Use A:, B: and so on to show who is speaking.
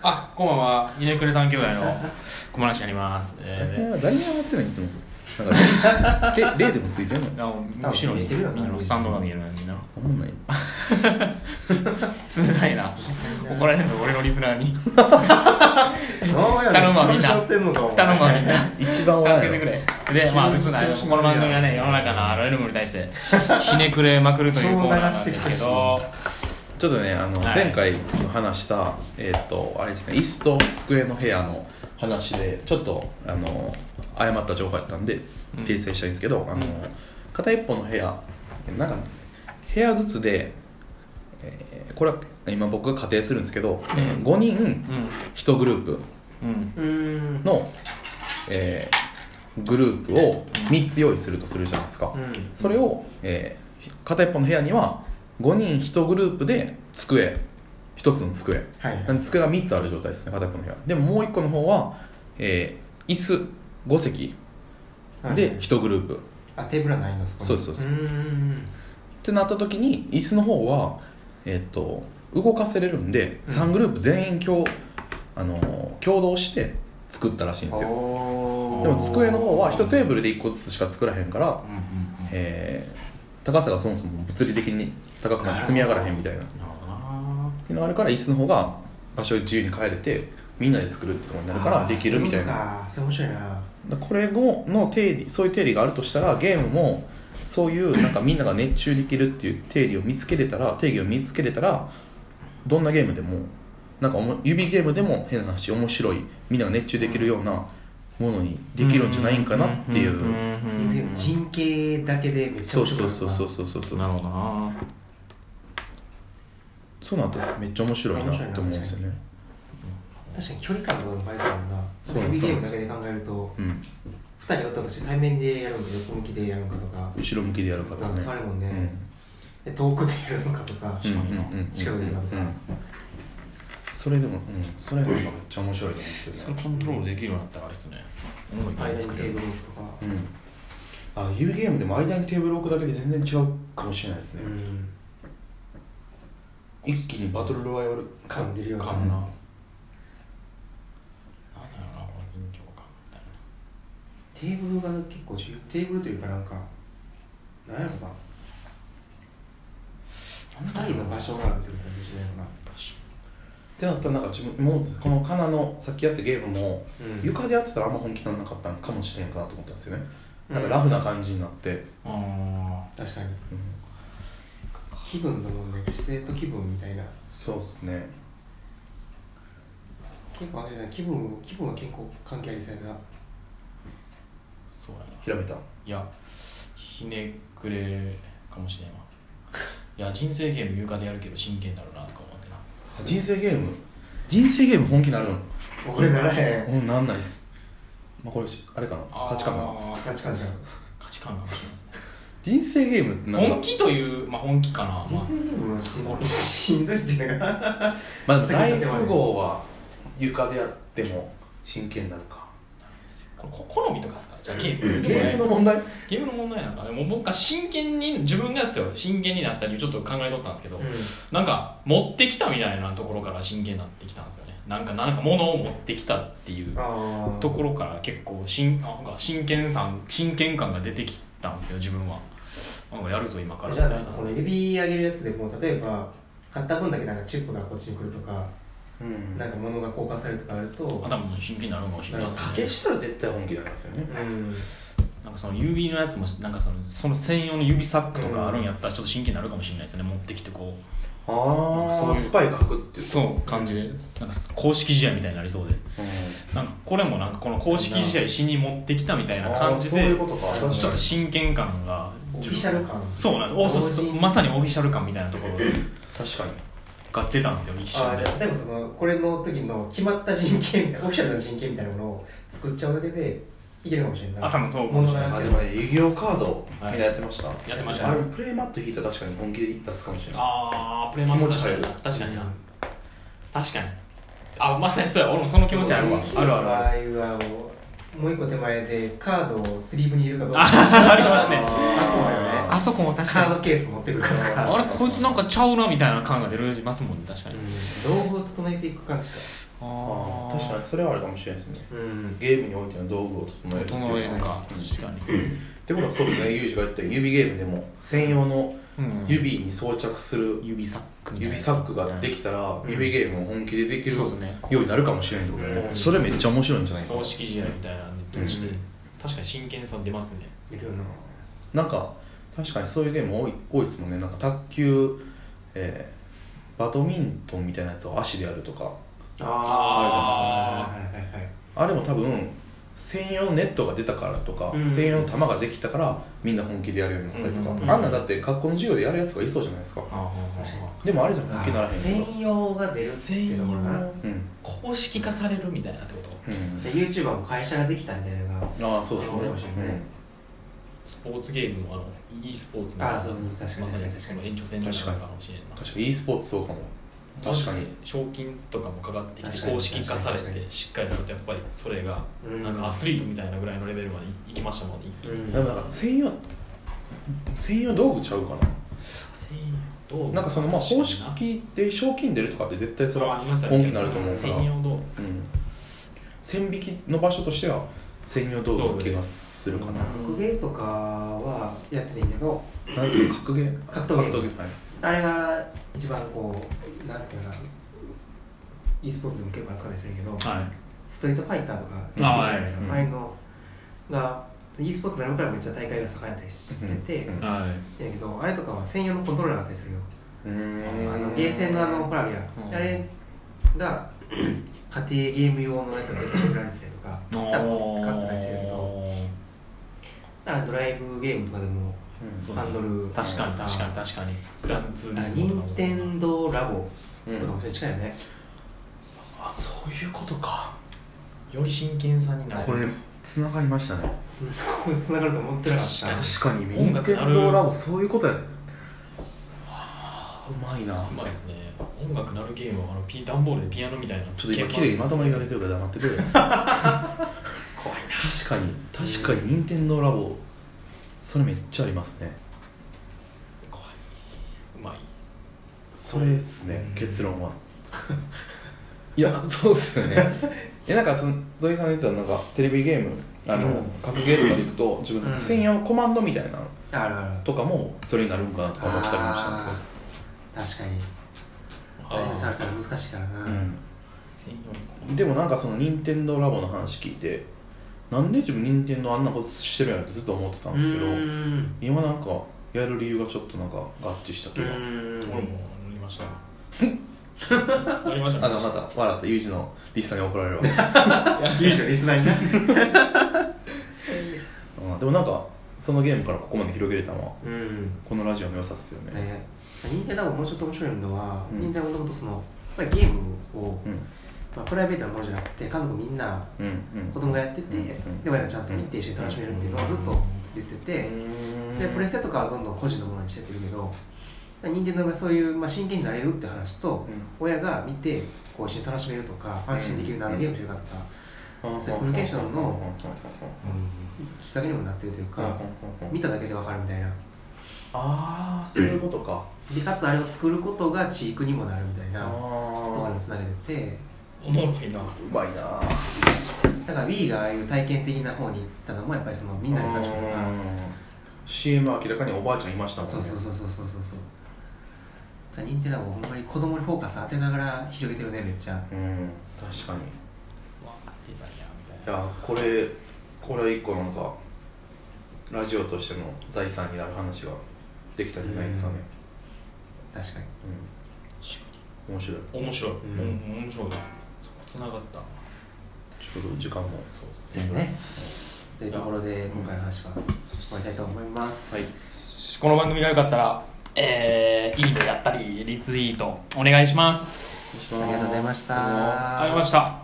A: あこんばんはイネクレ三兄弟の小村氏になります、え
B: はダイヤ持ってないいつもなんかけ例でもついてんの
A: ー、なお後ろにあのスタンドが見えるのにな
B: おもんない
A: 冷たいな怒られるの俺のリスナーに
C: 頼
A: 頼むわみんな
C: ってんのかお前
A: 頼むわみんな
B: 一番笑
A: 助
B: い
A: けてくれでまあ嘘な
C: 調子乗るやん
A: この番組はね世の中のあらゆるものに対 してひねくれまくるというコーナーなんですけど
B: ちょっとねあの、
A: はい
B: 前回話したえっ、とあれですね椅子と机の部屋の話でちょっとあの誤った情報やったんで
A: うん
B: 訂正したいんですけど、あ
A: うん
B: の片一方の部屋なんか部屋ずつで、えーこれは今僕が仮定するんですけど、
A: うん
B: えー5人
A: うん
B: 1グループ
A: うん
C: うーん
B: の、えーグループを3つ用意するとするじゃないですか、
C: うん
B: それを、えー片一方の部屋には5人1グループで机1つの机
C: はい
B: なんで机が3つある状態ですね片一方の部屋でももう1個の方は、えー椅子5席
C: はい
B: で1グループ、っ
C: あテーブルはないんです
B: そうそうそう
C: うーん
B: てなった時に椅子の方はえーっと動かせれるんで
C: うん
B: 3グループ全員共,、あのー共同して作ったらしいんですよ
C: おー
B: でも机の方は1テーブルで1個ずつしか作らへんから、えー高さがそもそも物理的に高くなって積み上がらへんみたいなっていうのがあるから椅子の方が場所を自由に変えれてみんなで作るってところになるからできるみたいな
C: あーそういうことかそれ面白いな
B: だこれのの定理そういう定理があるとしたらゲームもそういうなんかみんなが熱中できるっていう定理を見つけれたら定義を見つけれたらどんなゲームでもなんかおも指ゲームでも変な話面白いみんなが熱中できるようなものにできるんじゃないんかなってい
A: んん
B: う
A: うんうん
C: 人形だけでめっちゃ
B: そう
C: 面白
B: そう
C: い
B: そうそうそうそうそう
A: なるほどな
B: そうなるとめっちゃ面白いなって思うんですよね
C: 確かに距離感とかの倍数もんな
B: そうそう
C: 指ゲームだけで考えると
B: うん
C: 2人おったとして対面でやるのか横向きでやるのかとか
B: 後ろ向きでやるからね
C: あるもんねで遠くでやるのかとか
B: うんうんうんうん
C: 近くでやるのかと
B: う
C: か
B: んそれでも、うん、それなんかめっちゃ面白いと思うんで
A: そ
B: すよ
A: れ
B: ね
A: コントロールできるようになったらあれですね
C: 間にテーブル置くとか
B: うんあ指ゲームでも間にテーブル置くだけで全然違うかもしれないですね、
C: うん
B: 一気にバトルロワイヤル
C: 噛んでるよう
A: か
C: な
A: ななんだろうなこれ臨場感みたいな
C: テーブルが結構重要テーブルというかなんかなんやろな2人の場所があるっていう感じじゃないのかな
B: ってなったらなんか自分もうこのカナのさっきやったゲームも、
C: うん
B: 床でやってたらあんま本気にならなかったんかもしれんかなと思ったんですよねなんかラフな感じになって、
A: あ
C: 確かに
B: うん
C: 気分の問題姿勢と気分みたいな
B: そうですね
C: 結構あれじゃない気分気分は健康関係ありそうやな
A: ーそうやな
B: ひらめた
A: いやひねくれかもし れんわいや人生ゲーム床でやるけど真剣になるなとか思ってな
B: 人生ゲーム人生ゲーム本気になるの
C: 俺ならへん
B: うんなんないっすまあこれあれかな
A: あー
B: 価値観かな
C: 価値観じゃん
A: 価値観かもしれないですね
B: 人生ゲームってなんか
A: 本気というまあ本気かな、まあ
C: 人生ゲームはしんどい しんどいっていうのが
B: まあ大富豪は床でやっても真剣になるか
A: これこ好みとかですかじゃあゲ
B: ゲ
A: ーム
B: ームの問題
A: ゲームの問題なんかでも僕は真剣に自分がですよ真剣になったりちょっと考えとったんですけど、なんか持ってきたみたいなところから真剣になってきたんですよねなんかなんか物を持ってきたっていう
C: ああ
A: ところから結構しんなんか真剣さん真剣感が出てきたんですよ自分はなんかやるぞ今からみ
C: じ
A: た
C: ゃ
A: い
C: あ
A: な
C: なんかこの指上げるやつでもう例えば買った分だけなんかチップがこっちに来るとか、
B: うん
C: なんか物が交換されるとかあると
A: 頭も真剣になるのかもしれないですね
B: 掛けしたら絶対本気になりますよね
C: うん
A: なんかその指のやつもなんかそのその専用の指サックとかあるんやったらちょっと真剣になるかもしれないですね持ってきてこ
B: ああ
A: そういう
B: スパイが吐くって
A: う
B: いう
A: そう感じでなんか公式試合みたいになりそうでなんかこれもなんかこの公式試合しに持ってきたみたいな感じ
B: あーそうい
A: で
B: うことか
A: ちょっと真剣感が
C: オフィシャル感
A: そうなんですおそうそう
C: 同時
A: まさにオフィシャル感みたいなところ
B: 確かに
A: が出たんですよ一瞬
C: あ
A: で
C: じゃあ例えばそのこれの時の決まった人形みたいなオフィシャルな人形みたいなものを作っちゃうだけでいけるかもしれんない
A: あ多分そうかも
C: 物
A: しれ
C: が
A: ない
B: あ
C: な
B: で
C: く
B: も
C: て
B: ね遊戯王カードみんなやってました
A: やってました
B: あれプレイマット引いたら確かに本気で出すかもしれない
A: ああプレマン
B: 気持ち入る
A: 確かにな確かにあまさにそうや俺もその気持ちあるわあるあるある
C: る場合はもうもう一個手前でカードをスリーブに入れるかどうか
A: あありますね
C: あ
A: あそこも確
C: カー
A: か
C: ドケース持ってくるから
A: にあれこいつなんかちゃうなみたいな感が出るますもんね確か
C: う
A: に
C: ん道具を整えていく感じか
B: あー確かにそれはあるかもしれないですね
C: うん
B: ゲームにおいての道具を整えるっていう
A: 整えるか確かに、
B: ってことはそうですねユージが言った指ゲームでも専用の
A: うん、
B: 指に装着する
A: 指サックみたいな
B: 指サックができたら
C: うん
B: 指ゲームを本気でできる
A: そ
B: よ
A: うですね
B: うになるかもしれないってことだね
C: うん
B: それめっちゃ面白いんじゃないかな
A: 公式試合みたいなネットでして、
C: うん
A: 確かに真剣さ出ますね
C: いるよな
B: なんか確かにそういうゲーム多い多いですもんねなんか卓球、えーバドミントンみたいなやつを足でやるとか
A: あ
C: あはいはいはい
B: あれも多分専用ネットが出たからとか、
C: うん
B: 専用の球ができたからみんな本気でやるようになったりとか、
A: うん
B: あんなんだって学校の授業でやるやつがいそうじゃないですか
C: 確かに
B: でもあれじゃ本気にならへんから
C: 専用が出るっていうところかな
A: 専用
B: うん
A: 公式化されるみたいなってこと
B: うん
C: で YouTuber も会社ができたみたいなのが
B: ああそうですね
C: そうかもしれないね
A: スポーツゲームもあの e スポーツの
C: あそうそう確かに
A: まさに
C: 確かに
A: その延長線上になるかもしれん
B: うん
A: な
B: 確かに e スポーツそうかも確かに
A: 賞金とかもかかってき
C: 確
A: て
C: かに
A: 公式化され
C: 確かに確か
A: てしっかりなるとやっぱりそれが
C: うん
A: なんかアスリートみたいなぐらいのレベルまでいきましたもんね
B: でもなんか専用専用道具ちゃうか
A: どう
B: ななんかそのまあ方式で賞金出るとかって絶対それは
A: 本
B: 本気になると思うから
A: 専用道
B: うん線引きの場所としては専用道具の気がするかな
A: うん
C: 格ゲーとかはやってないけど
B: 何ですか格ゲー
C: 格闘ゲー
B: 格闘ゲーはい
C: あれが一番こうなんていうのかな e スポーツでも結構扱ったりするけど、
A: 具はい
C: ストリートファイターとか
A: あはい
C: うんああいうのが e スポーツになるからいめっちゃ大会が盛んやったりしてて、
B: うん
A: はい
C: やけどあれとかは専用のコントローラーがあったりするよ
B: う
C: あ
B: ーん
C: のゲーセンのあのプラリア、
A: うん
C: あれが家庭ゲーム用のやつが別に売られてたりとか多分買ってたりしてるけどだからドライブゲームとかでも
B: う
C: ハンドル
A: 確かに確かに確かにグランツーリ
C: あ
A: スモとかも
C: 任天堂ラボ
B: ん
C: とかもそれ近いよね、
B: あそういうことか
A: より真剣さになる
B: これつながりましたね
C: すここに繋がると思ってなかった
B: 確かに
A: 音
B: 任
A: 楽
B: 天
A: なる
B: 堂ラボそういうことやあーうまいな
A: まあですね音楽なるゲームはあのピ段ボールでピアノみたいな
B: ちょっと今綺麗にまとまりが出てるから黙ってくれ 怖いな確かに確かに任天堂ラボそれめっちゃありますね
A: 怖いうまい
B: それですね
A: うん
B: 結論は いやそうっすよね えなんかその土井さんが言ったなんかテレビゲームあの、
C: うん
B: 格ゲーとかでいくと自分の専用コマンドみたいなの
C: あるある
B: とかもそれになるんかなとか思ったりもしたんですよ
C: あー確かにライブされたら難しいからな、
A: 専用コ
B: うん、でもなんかその任天堂ラボの話聞いてなんで自分任天堂あんなことしてるんやろってずっと思ってたんですけど
C: うん
B: 今なんかやる理由がちょっとなんか合致した気が
A: 俺も乗りました 乗りました
B: あのまた笑ったユージのリスナーに怒られるわ
C: ユージのリスナーにな
B: うんでもなんかそのゲームからここまで広げれたのは
C: うん
B: このラジオの良さっすよね
C: ね任天堂ラボもうちょっと面白いのは
B: うん
C: 任天堂もともとそのやっぱりゲームを、
B: うん
C: まあ、プライベートなものじゃなくて家族みんな
B: うんうん
C: 子供がやってて、
B: うんうん
C: で親がちゃんと見て一緒に楽しめるっていうのをずっと言ってて、でプレステとかはどんどん個人のものにしてってるけど任天堂がそういう、まあ、真剣になれるって話と、親が見てこう一緒に楽しめるとか安心できる何のゲームしてるかとか、
B: うん
C: そういうコミュニケーションの
B: うん
C: きっかけにもなってるという
B: うん
C: か、
B: うんうん
C: 見ただけで分かるみたいな
B: ああそういうことか
C: でかつあれを作ることが知育にもなるみたい
B: あ
C: なところに
B: ー
C: もつなげてて
A: おもろいな
B: うまいな
C: だから Wii がああいう体験的な方に行ったのもやっぱりそのみんなで楽しむとか
B: うん CM は明らかにおばあちゃんいましたもんね
C: そうそうそうそうそうそうそう他人ってのはもうほんまに子供にフォーカス当てながら広げてるねめっちゃ
B: うん確かに
A: わデザイナーみた
B: いやこれこれは一個なんかラジオとしての財産になる話ができたんじゃないですかね、
C: 確かに
B: うん、面白い
A: いな面白い、
C: ん
A: うん、面白いなそこ繋がった
B: ちょうど時間も
A: そうそ
C: そうねというところで今回の話は終わりたいと思います、
B: はい
A: この番組が良かったらえー、いいねやったりリツイートお願いします
C: ありがとうございました
A: ありがとうございました